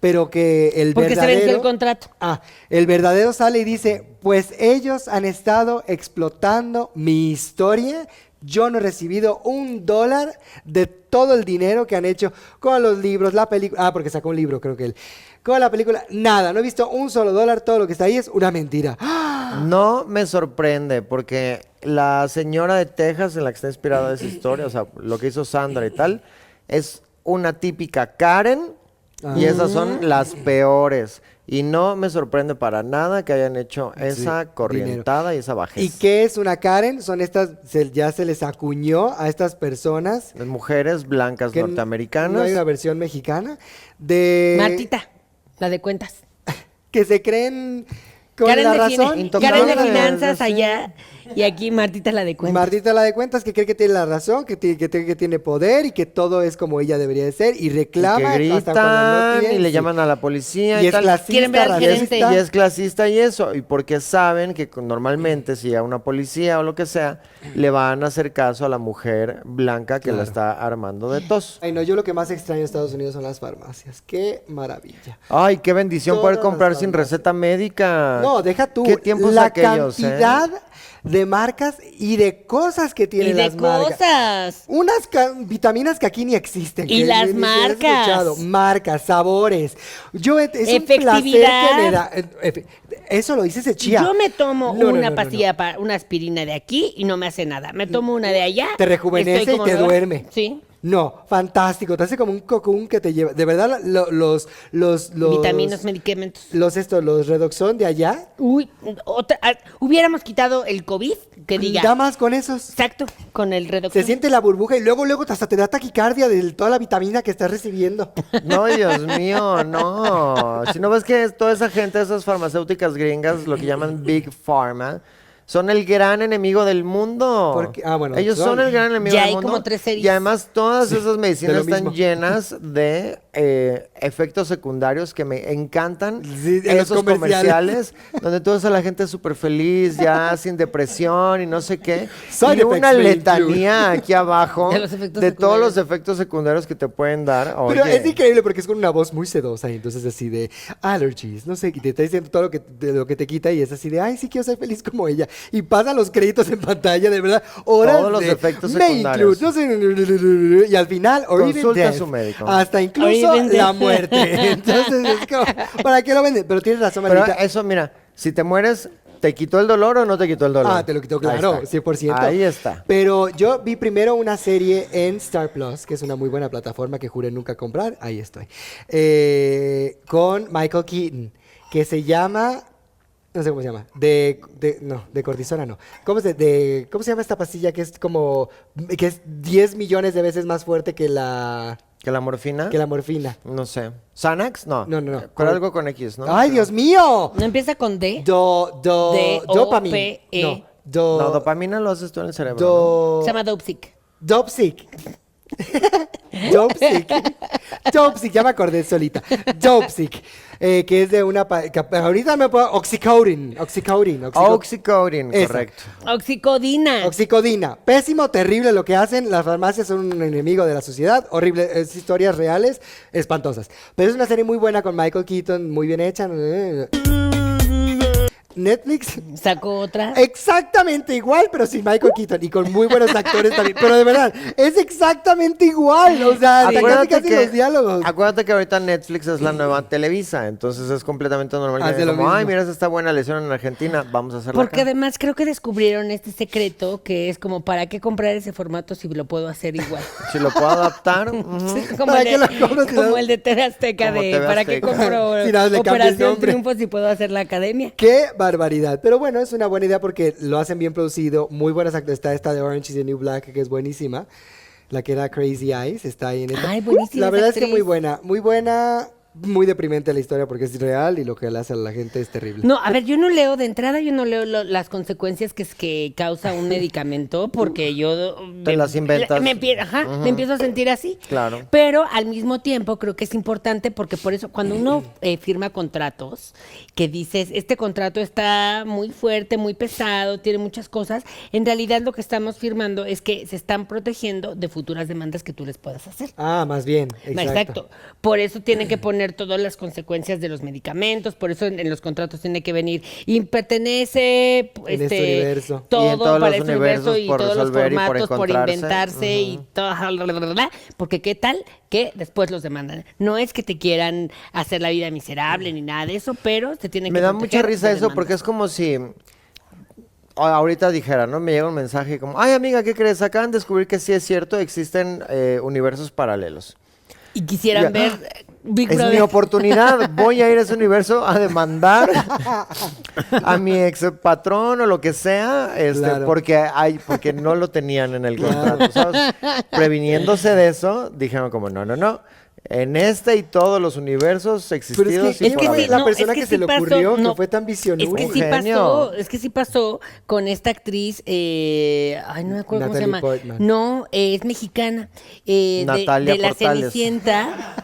pero que el Porque se verdadero... venció el contrato. Ah, el verdadero sale y dice, pues ellos han estado explotando mi historia. Yo no he recibido un dólar de todo el dinero que han hecho con los libros, la película. Ah, porque sacó un libro, creo que él. Con la película, nada, no he visto un solo dólar. Todo lo que está ahí es una mentira. ¡Ah! No me sorprende, porque la señora de Texas en la que está inspirada esa historia, o sea, lo que hizo Sandra y tal, es una típica Karen y Ah. esas son las peores. Y no me sorprende para nada que hayan hecho esa dinero. corrientada y esa bajeza. ¿Y qué es una Karen? Son estas, se- ya se les acuñó a estas personas. Las mujeres blancas que n- norteamericanas. No hay una versión mexicana. Eh. De. Martita, la de cuentas. Que se creen con Karen la de, fina- razón. intocable. Karen de Intocable, finanzas sí. allá y aquí Martita la de cuentas. Martita la de cuentas que cree que tiene la razón, que tiene, que, tiene, que tiene poder y que todo es como ella debería de ser y y reclama que hasta cuando no gritan tiene, y le sí. llaman a la policía y y, es tal. clasista, Quieren ver al Y es, racista. gerente. y es clasista y eso, y porque saben que con- normalmente si a una policía o lo que sea, le van a hacer caso a la mujer blanca que la está armando de tos. Ay, no, yo lo que más extraño en Estados Unidos son las farmacias. Qué maravilla. Ay, qué bendición Todas poder comprar las sin farmacias. receta médica. No, deja tú Ah, ¿Qué tiempos la aquellos, eh? cantidad de marcas y de cosas que y tienen de las marcas. cosas. Unas ca- vitaminas que aquí ni existen. Y que las ni- ni he marcas. escuchado. Marcas, sabores. Yo, eh, es es un placer que Efectividad. me da. eh, efe- Eso lo dice ese chía. Yo me tomo No, no, una no, no, no. pastilla, para una aspirina de aquí y no me hace nada. Me tomo una de allá. Te rejuvenece estoy y como te nueva. duerme. Sí. No, fantástico. Te hace como un cocún que te lleva. De verdad, lo- los, los, los. Vitaminas, medicamentos. Los estos, los redoxón de allá. Uy, otra- ah, hubiéramos quitado el COVID, que diga. Da más con esos. Exacto, con el reductor. Se siente la burbuja y luego, luego hasta te da taquicardia de toda la vitamina que estás recibiendo. No, Dios mío, no. Si no ves que toda esa gente, esas farmacéuticas gringas, lo que llaman Big Pharma, son el gran enemigo del mundo. Porque- ah, bueno, Ellos son, son. el gran enemigo Ya del hay mundo. como tres series. Y además todas esas medicinas de lo están mismo. llenas de eh, efectos secundarios que me encantan. Sí, en los esos comerciales. comerciales. donde toda esa la gente súper feliz, ya sin depresión y no sé qué. Side y una effects 21. letanía aquí abajo De de, los efectos todos secundarios. los efectos secundarios que te pueden dar. Pero Oye. es increíble porque es con una voz muy sedosa y entonces así de allergies, no sé, y te está diciendo todo lo que, de lo que te quita y es así de, ay, sí quiero ser feliz como ella. Y pasan los créditos en pantalla, de verdad, horas Todos los de, efectos "Me secundarios". include", no sé, y al final, or even Consulta a death, su médico. Hasta incluso Or even la death. muerte. Entonces es como, ¿para qué lo venden? Pero tienes razón, Pero Marita. eso, mira, si te mueres, ¿te quitó el dolor o no te quitó el dolor? Ah, te lo quitó Ahí claro, está. 100%. Ahí está. Pero yo vi primero una serie en Star Plus, que es una muy buena plataforma que juré nunca comprar. Ahí estoy. Eh, con Michael Keaton, que se llama. No sé cómo se llama. De, de- no, de cortisona no. ¿Cómo se, de, ¿Cómo se llama esta pastilla que es como. que es 10 millones de veces más fuerte que la, ¿Que la morfina? que la morfina? No sé. ¿Xanax? No. No, no, no. Eh, Pero Con- algo con X, ¿no? ¡Ay, Pero- Dios mío! ¿No empieza con D? Do, do, D, O, dopamina. P, E. No, do, No, dopamina lo haces tú en el cerebro. do- Se llama Dopsic. Dopsic. Dopsic. Dopsic, ya me acordé solita. Dopsic. eh, que es de una. pa- que ahorita me puedo. Oxycodin. Oxycodin. ¿no? oxico- Oxycodin, Esa. correcto. Oxicodina. Oxicodina. Pésimo, terrible lo que hacen. Las farmacias son un enemigo de la sociedad. Horrible. Es historias reales espantosas. Pero es una serie muy buena con Michael Keaton. Muy bien hecha. Netflix. Sacó otra. Exactamente igual, pero sin Michael Keaton y con muy buenos actores también. Pero de verdad, es exactamente igual. O sea, hasta Ah, casi, casi los diálogos. acuérdate que ahorita Netflix es la nueva Televisa, entonces es completamente normal. que Hace lo digan como, Ay, mismo". mira, esa está buena lesión en Argentina, vamos a hacerla Porque acá". además creo que descubrieron este secreto que es como, ¿para qué comprar ese formato si lo puedo hacer igual? Si lo puedo adaptar, ujú. Como, ¿Para el qué de, lo compro si como no- el de TV Azteca Como de TV ¿para qué Azteca. compro Si nada, le cambia el Operación nombre. Triunfo si puedo hacer la academia? Qué barbaridad. Pero bueno, es una buena idea porque lo hacen bien producido. Muy buenas actores. Está esta de Orange is the New Black, que es buenísima. La que era Crazy Eyes, está ahí en esta. Ay, buenísima La esa verdad es que actriz. muy buena. Muy buena, muy deprimente la historia porque es real y lo que le hace a la gente es terrible. No, a ver, yo no leo, de entrada yo no leo lo- las consecuencias que, es- que causa un medicamento porque yo... Te las inventas. Me, empie- ajá, me empiezo a sentir así. Claro. Pero al mismo tiempo creo que es importante porque por eso cuando uno eh, firma contratos que dices, este contrato está muy fuerte, muy pesado, tiene muchas cosas, en realidad lo que estamos firmando es que se están protegiendo de futuras demandas que tú les puedas hacer. Ah, más bien. No, Exacto. Exacto. Por eso tienen que poner poner todas las consecuencias de los medicamentos, por eso en, en los contratos tiene que venir y pertenece En este este, universo. todo Y en todos para los este universo universos y por todos los resolver y por formatos por, encontrarse. inventarse y todo, bla, bla, bla, bla, porque qué tal que después los demandan. No es que te quieran hacer la vida miserable ni nada de eso, pero te tienen que Me da proteger mucha risa de eso demandas. porque es como si a- ahorita dijera, ¿no? Me llega un mensaje como, ay amiga, ¿qué crees? Acaban de descubrir que sí es cierto, existen eh, universos paralelos. y quisieran Ya. ah, ver Big es Brother. mi oportunidad, voy a ir a ese universo a demandar a mi ex patrón o lo que sea, este, Claro. porque hay, porque no lo tenían en el Claro. contrato. ¿sabes? Previniéndose de eso, dijeron como, no, no, no. En este y todos los universos existidos es que- y es por que sí, haber". la persona que se le ocurrió, que fue tan Es visionaria. que sí Un pasó, genio. es que sí pasó con esta actriz, eh, ay, no me acuerdo Natalie cómo se llama. Portman. No, eh, es mexicana. eh, de- Natalia de, la Portales. Cenicienta.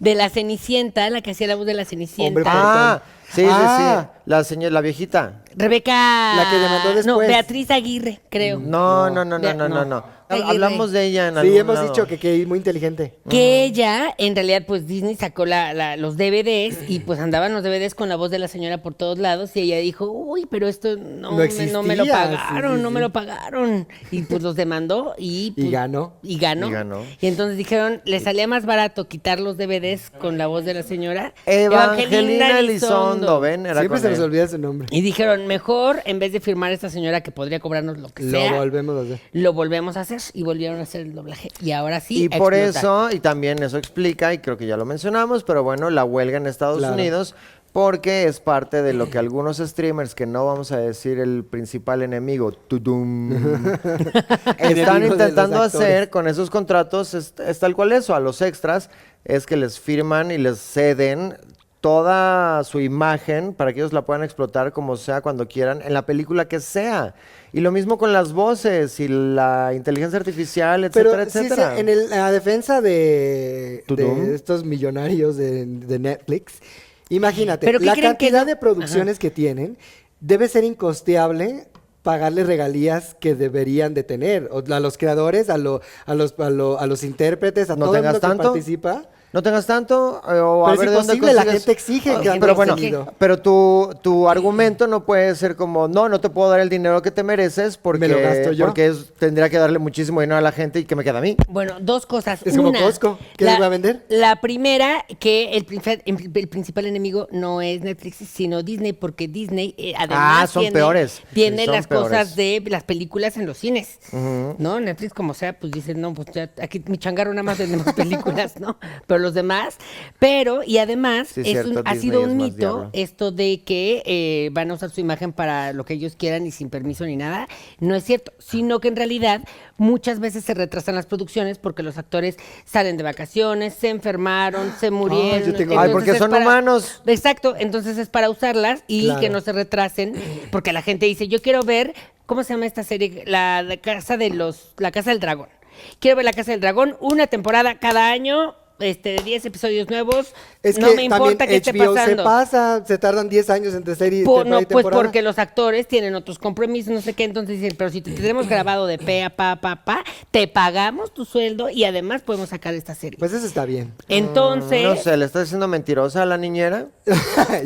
De la Cenicienta, la que hacía la voz de la Cenicienta. Hombre, Ah, sí, sí, Ah. sí. La señora, la viejita. Rebeca. La que demandó No, después. Beatriz Aguirre, creo. No, no, no, no, Vea- no, no, no. no. Aguirre. Hablamos de ella en algún Sí, hemos lado. dicho que, que es muy inteligente. Que ella, en realidad, pues Disney sacó la, la- los DVDs y pues andaban los DVDs con la voz de la señora por todos lados y ella dijo, uy, pero esto no, No me, no me lo existía, pagaron, sí, sí, no sí. me lo pagaron. Y pues los demandó y... Y pues, ganó. Y ganó. Y ganó. Y entonces dijeron, le salía más barato quitar los DVDs con la voz de la señora. Evangelina Elizondo, ven, era Siempre con se nos él. olvida su nombre. Y dijeron, mejor, en vez de firmar a esta señora que podría cobrarnos lo que sea, Lo volvemos a hacer. lo volvemos a hacer y volvieron a hacer el doblaje. Y ahora sí. Y a por explotar. eso, y también eso explica, y creo que ya lo mencionamos, pero bueno, la huelga en Estados Claro. Unidos, porque es parte de lo que algunos streamers, que no vamos a decir el principal enemigo, tudum, Enemigos de están los intentando actores. hacer con esos contratos, es, es tal cual eso, a los extras, es que les firman y les ceden toda su imagen para que ellos la puedan explotar como sea, cuando quieran, en la película que sea. Y lo mismo con las voces y la inteligencia artificial, etcétera, Pero sí, etcétera. se- en el- la defensa de, de Tudum. estos millonarios de, de Netflix, imagínate, ¿Pero qué la creen que cantidad no? de producciones que tienen debe ser incosteable pagarle regalías que deberían de tener o- a los creadores, a, lo- a los, a, lo- a los intérpretes, a no todo el mundo tengas que tanto. participa. No tengas tanto, eh, o Pero a es ver de dónde imposible, la consigues- gente exige Ah, que haya Pero bueno, contenido. pero tu, tu argumento no puede ser como, no, no te puedo dar el dinero que te mereces porque, Me lo gasto yo. porque es- tendría que darle muchísimo dinero a la gente y que me queda a mí. Bueno, dos cosas. Es como Una, Costco, ¿qué les va a vender? La primera, que el, princ- el principal enemigo no es Netflix, sino Disney, porque Disney eh, además Ah, son tiene, peores. tiene Sí, son las peores. cosas de las películas en los cines, ¿no? Netflix, como sea, pues dicen, no, pues ya aquí mi changarro nada más tenemos películas, ¿no? Pero los demás, pero, y además, Sí, es cierto, un- ha Disney sido un es más mito diablo. esto de que eh, van a usar su imagen para lo que ellos quieran y sin permiso ni nada, no es cierto, sino que en realidad muchas veces se retrasan las producciones porque los actores salen de vacaciones, se enfermaron, se murieron. yo tengo- Ay, entonces porque es son humanos. Exacto, entonces es para usarlas y Claro. que no se retrasen, porque la gente dice, yo quiero ver, ¿cómo se llama esta serie? La de Casa de los, La Casa del Dragón. Quiero ver La Casa del Dragón una temporada cada año. Este, de 10 episodios nuevos. Es no que me también importa que esté HBO se pasando. pasa, se tardan 10 años entre serie Por- temporada no, y pues temporada. porque los actores tienen otros compromisos, no sé qué, entonces dicen, pero si te tenemos grabado de pe a pa, pa, pa, te pagamos tu sueldo y además podemos sacar esta serie. Pues eso está bien. entonces, No sé, ¿le estás diciendo mentirosa a la niñera?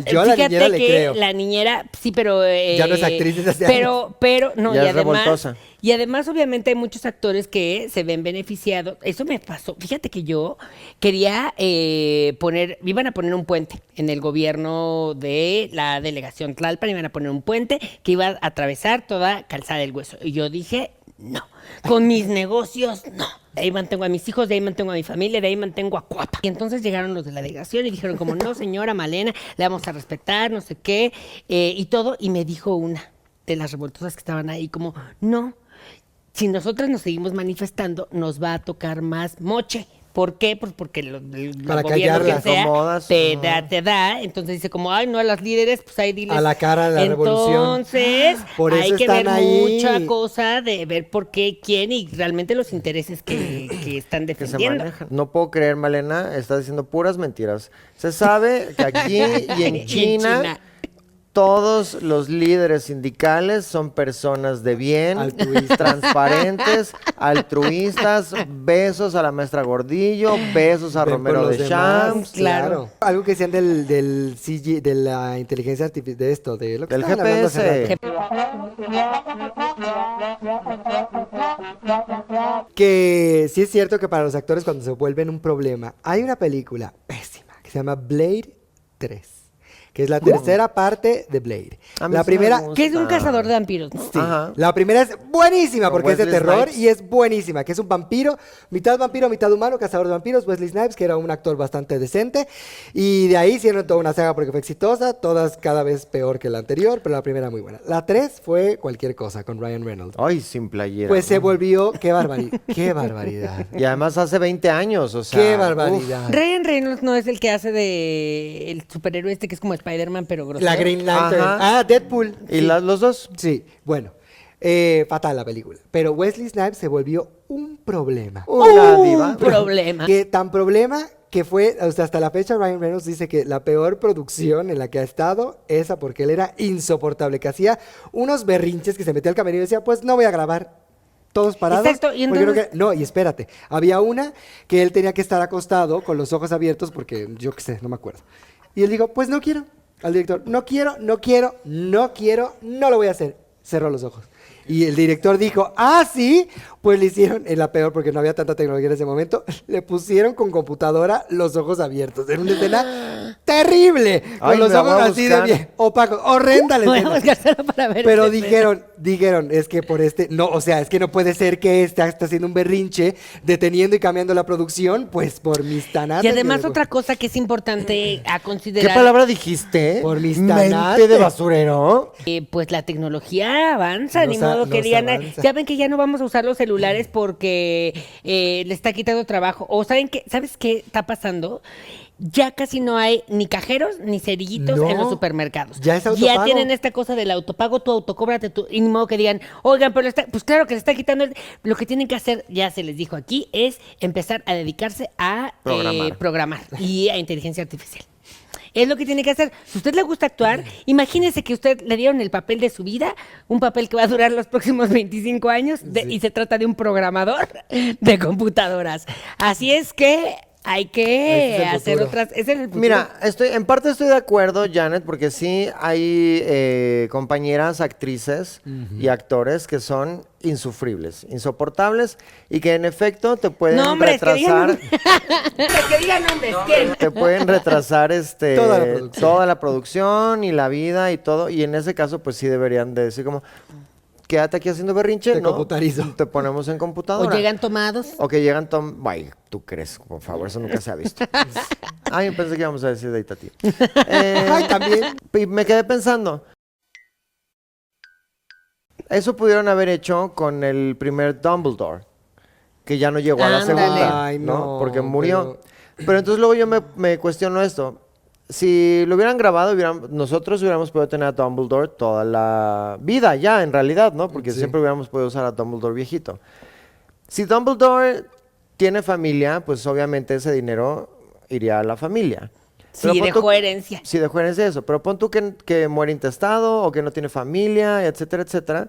Yo a la fíjate niñera le que creo. la niñera, sí, pero... eh, Ya no es actriz desde hace Pero, pero, no, Ya y es además... revoltosa. Y además, obviamente, hay muchos actores que se ven beneficiados. Eso me pasó. Fíjate que yo quería eh, poner, iban a poner un puente en el gobierno de la delegación Tlalpan, iban a poner un puente que iba a atravesar toda Calzada del Hueso. Y yo dije, no, con mis negocios, no. De ahí mantengo a mis hijos, de ahí mantengo a mi familia, de ahí mantengo a Cuapa. Y entonces llegaron los de la delegación y dijeron como, no, señora Malena, le vamos a respetar, no sé qué, eh, y todo. Y me dijo una de las revoltosas que estaban ahí como, no, si nosotras nos seguimos manifestando, nos va a tocar más moche. ¿Por qué? Pues porque lo- el Para gobierno callarlas. que sea, Acomodas, te ajá. da, te da. Entonces dice como, ay, no a las líderes, pues ahí diles. A la cara de la revolución. Entonces, Por eso hay que están ver ahí. mucha cosa de ver por qué, quién y realmente los intereses que, que están Que se defendiendo. maneja. No puedo creer, Malena, estás diciendo puras mentiras. Se sabe que aquí y Y en en China, China. Todos los líderes sindicales son personas de bien, Altruistas. transparentes, altruistas. Besos a la maestra Gordillo, besos a Ven Romero por los de demás, Champs, claro. Algo que sean del, del CG, de la inteligencia artificial, de esto, de lo que del estaban hablando hace rato. GPS. Que sí es cierto que para los actores cuando se vuelven un problema, hay una película pésima que se llama Blade 3, que es la tercera parte de Blade. A mí La sí me primera, gusta. Que es un cazador de vampiros. sí, Ajá. la primera es buenísima Con porque es de Wesley terror Snipes. y es buenísima, que es un vampiro, mitad vampiro, mitad humano, cazador de vampiros, Wesley Snipes, que era un actor bastante decente, y de ahí hicieron toda una saga porque fue exitosa, todas cada vez peor que la anterior, pero la primera muy buena. La 3 fue cualquier cosa con Ryan Reynolds. Ay, sin playera. Pues se volvió, qué barbaridad, qué barbaridad. Y además hace 20 años, o sea. ¡Qué uf. barbaridad! Ryan Reynolds no es el que hace de el superhéroe este que es como Spider-Man, pero grosero. la Green Lantern. Ajá. Ah, Deadpool. ¿Y sí. las- los dos? Sí, bueno. eh, fatal la película. Pero Wesley Snipes se volvió un problema. Una Un diva. problema. Que tan problema que fue, o sea, hasta la fecha Ryan Reynolds dice que la peor producción en la que ha estado, esa porque él era insoportable, que hacía unos berrinches que se metía al camerino y decía, pues no voy a grabar. Todos parados. Exacto, y porque creo entonces- que- No, y espérate. Había una que él tenía que estar acostado con los ojos abiertos porque yo qué sé, no me acuerdo. Y él dijo, pues no quiero. Al director, no quiero, no quiero, no quiero, no lo voy a hacer. Cerró los ojos. Y el director dijo, ah, sí, pues le hicieron, en la peor porque no había tanta tecnología en ese momento, le pusieron con computadora los ojos abiertos. En una escena terrible. Con Ay, los me la ojos voy a así de buscar. bien, opacos, horrenda la Voy a escena. buscárselo para ver Pero ese dijeron, dijeron, es que por este, no, o sea, es que no puede ser que este está haciendo un berrinche, deteniendo y cambiando la producción, pues por mis tanates. Y además que le- otra cosa que es importante a ¿Qué considerar, palabra dijiste? Por mis Mente tanates. de basurero. eh, pues la tecnología avanza, Nos ni a- modo que nos digan, "Ay, avanza". ya ven que ya no vamos a usar los celulares porque eh, le está quitando trabajo. O saben que, ¿sabes qué está pasando? Ya casi no hay ni cajeros ni cerillitos No, en los supermercados. ya es Ya autopago. tienen esta cosa del autopago, tú autocóbrate tú. Y ni modo que digan, oigan, pero le está, pues claro que le está quitando. el-". Lo que tienen que hacer, ya se les dijo aquí, es empezar a dedicarse a eh, Programar. programar y a inteligencia artificial. Es lo que tiene que hacer. Si a usted le gusta actuar, imagínese que usted le dieron el papel de su vida, un papel que va a durar los próximos 25 años, de- y se trata de un programador de computadoras. Así es que hay que Ese es el hacer futuro. otras. Ese pues, es el futuro. Mira, estoy, en parte estoy de acuerdo, Janet, porque sí hay eh, compañeras, actrices y actores que son insufribles, insoportables y que en efecto te pueden Nombres, que digan retrasar, que digan nombres, ¿quién? te pueden retrasar este Toda la producción. toda la producción y la vida y todo. Y en ese caso, pues sí deberían de decir como, quédate aquí haciendo berrinche, Te ¿no? computarizo. Te ponemos en computadora. O llegan tomados. O que llegan Tom. Ay, tú crees, por favor, eso nunca se ha visto. Ay, pensé que íbamos a decir de Itati. Ay, también. Y me quedé pensando. Eso pudieron haber hecho con el primer Dumbledore, que ya no llegó a la Ándale. segunda, Ay, ¿no? no, Porque murió. Pero... entonces luego yo me, me cuestiono esto. Si lo hubieran grabado, hubieran- nosotros hubiéramos podido tener a Dumbledore toda la vida ya, en realidad, ¿no? Porque Sí. siempre hubiéramos podido usar a Dumbledore viejito. Si Dumbledore tiene familia, pues obviamente ese dinero iría a la familia. Sí, Pero pon dejó tú- herencia. Sí, dejó herencia eso. Pero pon tú que, que muere intestado o que no tiene familia, etcétera, etcétera.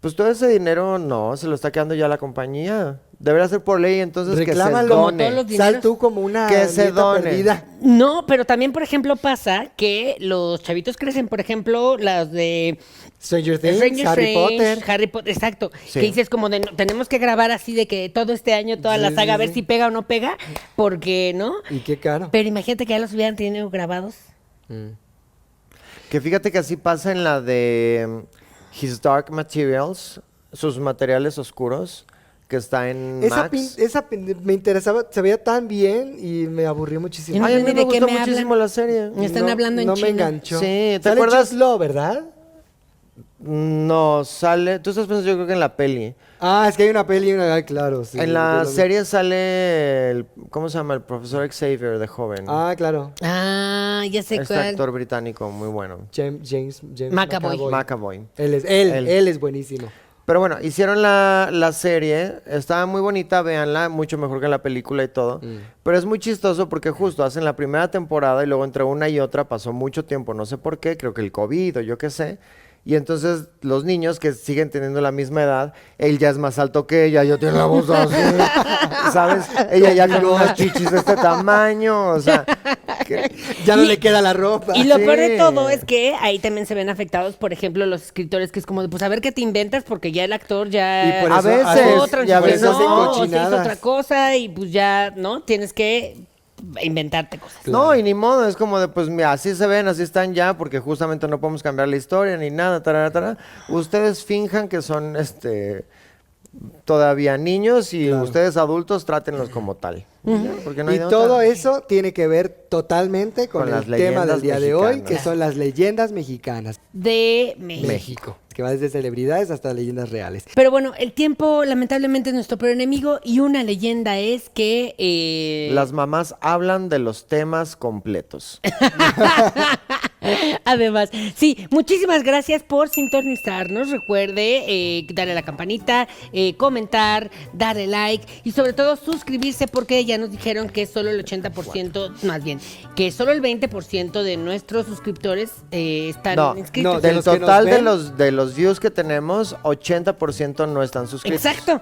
Pues todo ese dinero no, se lo está quedando ya la compañía. Debería ser por ley entonces que se Reclámalo. Como todos done. los Sal dineros. tú como una Que se nieta donen. perdida. No, pero también, por ejemplo, pasa que los chavitos crecen, por ejemplo, las de Stranger Things, Stranger Harry Things, Potter. Harry Potter, exacto. Sí. Que dices como de, no- tenemos que grabar así de que todo este año, toda la Sí, saga, sí, a ver sí. si pega o no pega, porque, ¿no? Y qué caro. Pero imagínate que ya los hubieran tenido grabados. Que fíjate que así pasa en la de mm, His Dark Materials, sus materiales oscuros, que está en Esa, Max. pin- esa pin- me interesaba, se veía tan bien y me aburrió muchísimo. no Ay, a mí entendí me de qué gustó me muchísimo hablan. la serie. Me están No- hablando en No chino. me enganchó. Sí, ¿te Sale acuerdas? Jude Law, ¿verdad? No, sale. Tú estás pensando, yo creo que en la peli. Ah, es que hay una peli y una... ah, claro, sí. en la yo lo vi. serie sale el. ¿Cómo se llama? El profesor Xavier de joven. Ah, claro. Ah, ya sé este cuál. actor británico, muy bueno. James, James, James McAvoy. McAvoy. Él es, él, Él. él es buenísimo. Pero bueno, hicieron la, la serie, estaba muy bonita, véanla, mucho mejor que la película y todo. Pero es muy chistoso porque justo hacen la primera temporada y luego entre una y otra pasó mucho tiempo, no sé por qué, creo que el COVID o yo qué sé. Y entonces los niños que siguen teniendo la misma edad, él ya es más alto que ella, ya tiene la voz así, ¿sabes? Ella ya con unas chichis de este tamaño, o sea, que- Ya no Y- le queda la ropa. Y lo Sí. peor de todo es que ahí también se ven afectados, por ejemplo, los escritores, que es como de, pues a ver qué te inventas, porque ya el actor ya Y por A eso veces, hace- actuó, y a veces hacen transformó, o se hizo cochinadas. otra cosa y pues ya, ¿no? Tienes que inventarte cosas. No, y ni modo, es como de, pues mira, así se ven, así están ya, porque justamente no podemos cambiar la historia ni nada, tarara, tarara. Ustedes finjan que son, este, todavía niños y ustedes adultos trátenlos como tal. Ya, porque no hay y de otra. todo eso tiene que ver totalmente con, Con el las tema del leyendas día de hoy, mexicanas. que son las leyendas mexicanas. De México. México. Que va desde celebridades hasta leyendas reales. Pero bueno, el tiempo lamentablemente es nuestro peor enemigo y una leyenda es que... eh, Las mamás hablan de los temas completos. Además, sí, muchísimas gracias por sintonizarnos. Recuerde eh, darle a la campanita, eh, comentar, darle like y sobre todo suscribirse porque ya nos dijeron que solo el 80%, más bien, que solo el 20% de nuestros suscriptores eh, están No, inscritos. no, del los que nos total de ven. los, de los views que tenemos, 80% no están suscritos. Exacto.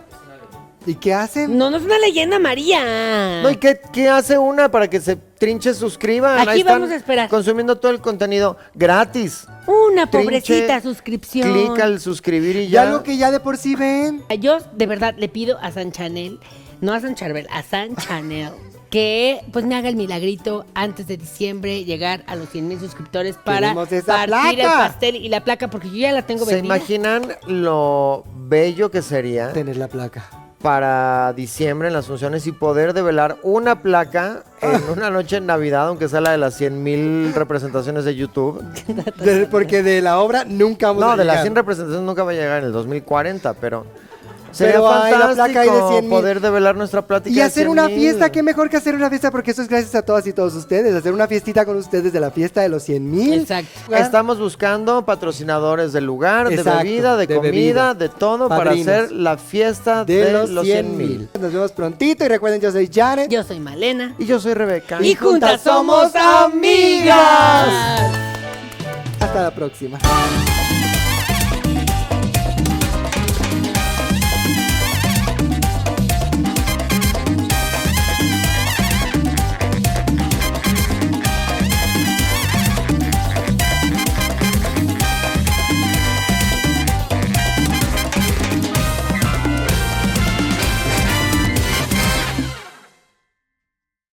¿Y qué hacen? No, no es una leyenda, María. No, ¿y qué, qué hace una para que se trinche, suscriban? Aquí Ahí están vamos a esperar. Consumiendo todo el contenido gratis. una Trinche, pobrecita suscripción. Clic al suscribir y ya ya. lo que ya de por sí ven. Yo de verdad le pido a San Chanel, no a San Charbel, a San Chanel, que pues me haga el milagrito antes de diciembre llegar a los 100 mil suscriptores para Queremos esa partir el placa. pastel y la placa porque yo ya la tengo ¿Se vendida. imaginan lo bello que sería Tener la placa. para diciembre en las funciones y poder develar una placa Ah. en una noche en Navidad, aunque sea la de las 100 mil representaciones de YouTube? De- porque de la obra nunca vamos a No, de las llegar. 100 representaciones nunca va a llegar en el 2040, pero... Sería Pero hay la fantástico placa ahí de 100,000. poder develar nuestra plática. Y de hacer una 100,000. fiesta, qué mejor que hacer una fiesta, porque eso es gracias a todas y todos ustedes. Hacer una fiestita con ustedes de la fiesta de los 100 mil. Exacto. Estamos buscando patrocinadores del lugar, Exacto, de bebida, de, de comida, bebida. de todo Padrinos. para hacer la fiesta de, los, 100 mil. Nos vemos prontito y recuerden, yo soy Janet. Yo soy Malena. Y yo soy Rebeca. Y juntas somos amigas. amigas. Hasta la próxima.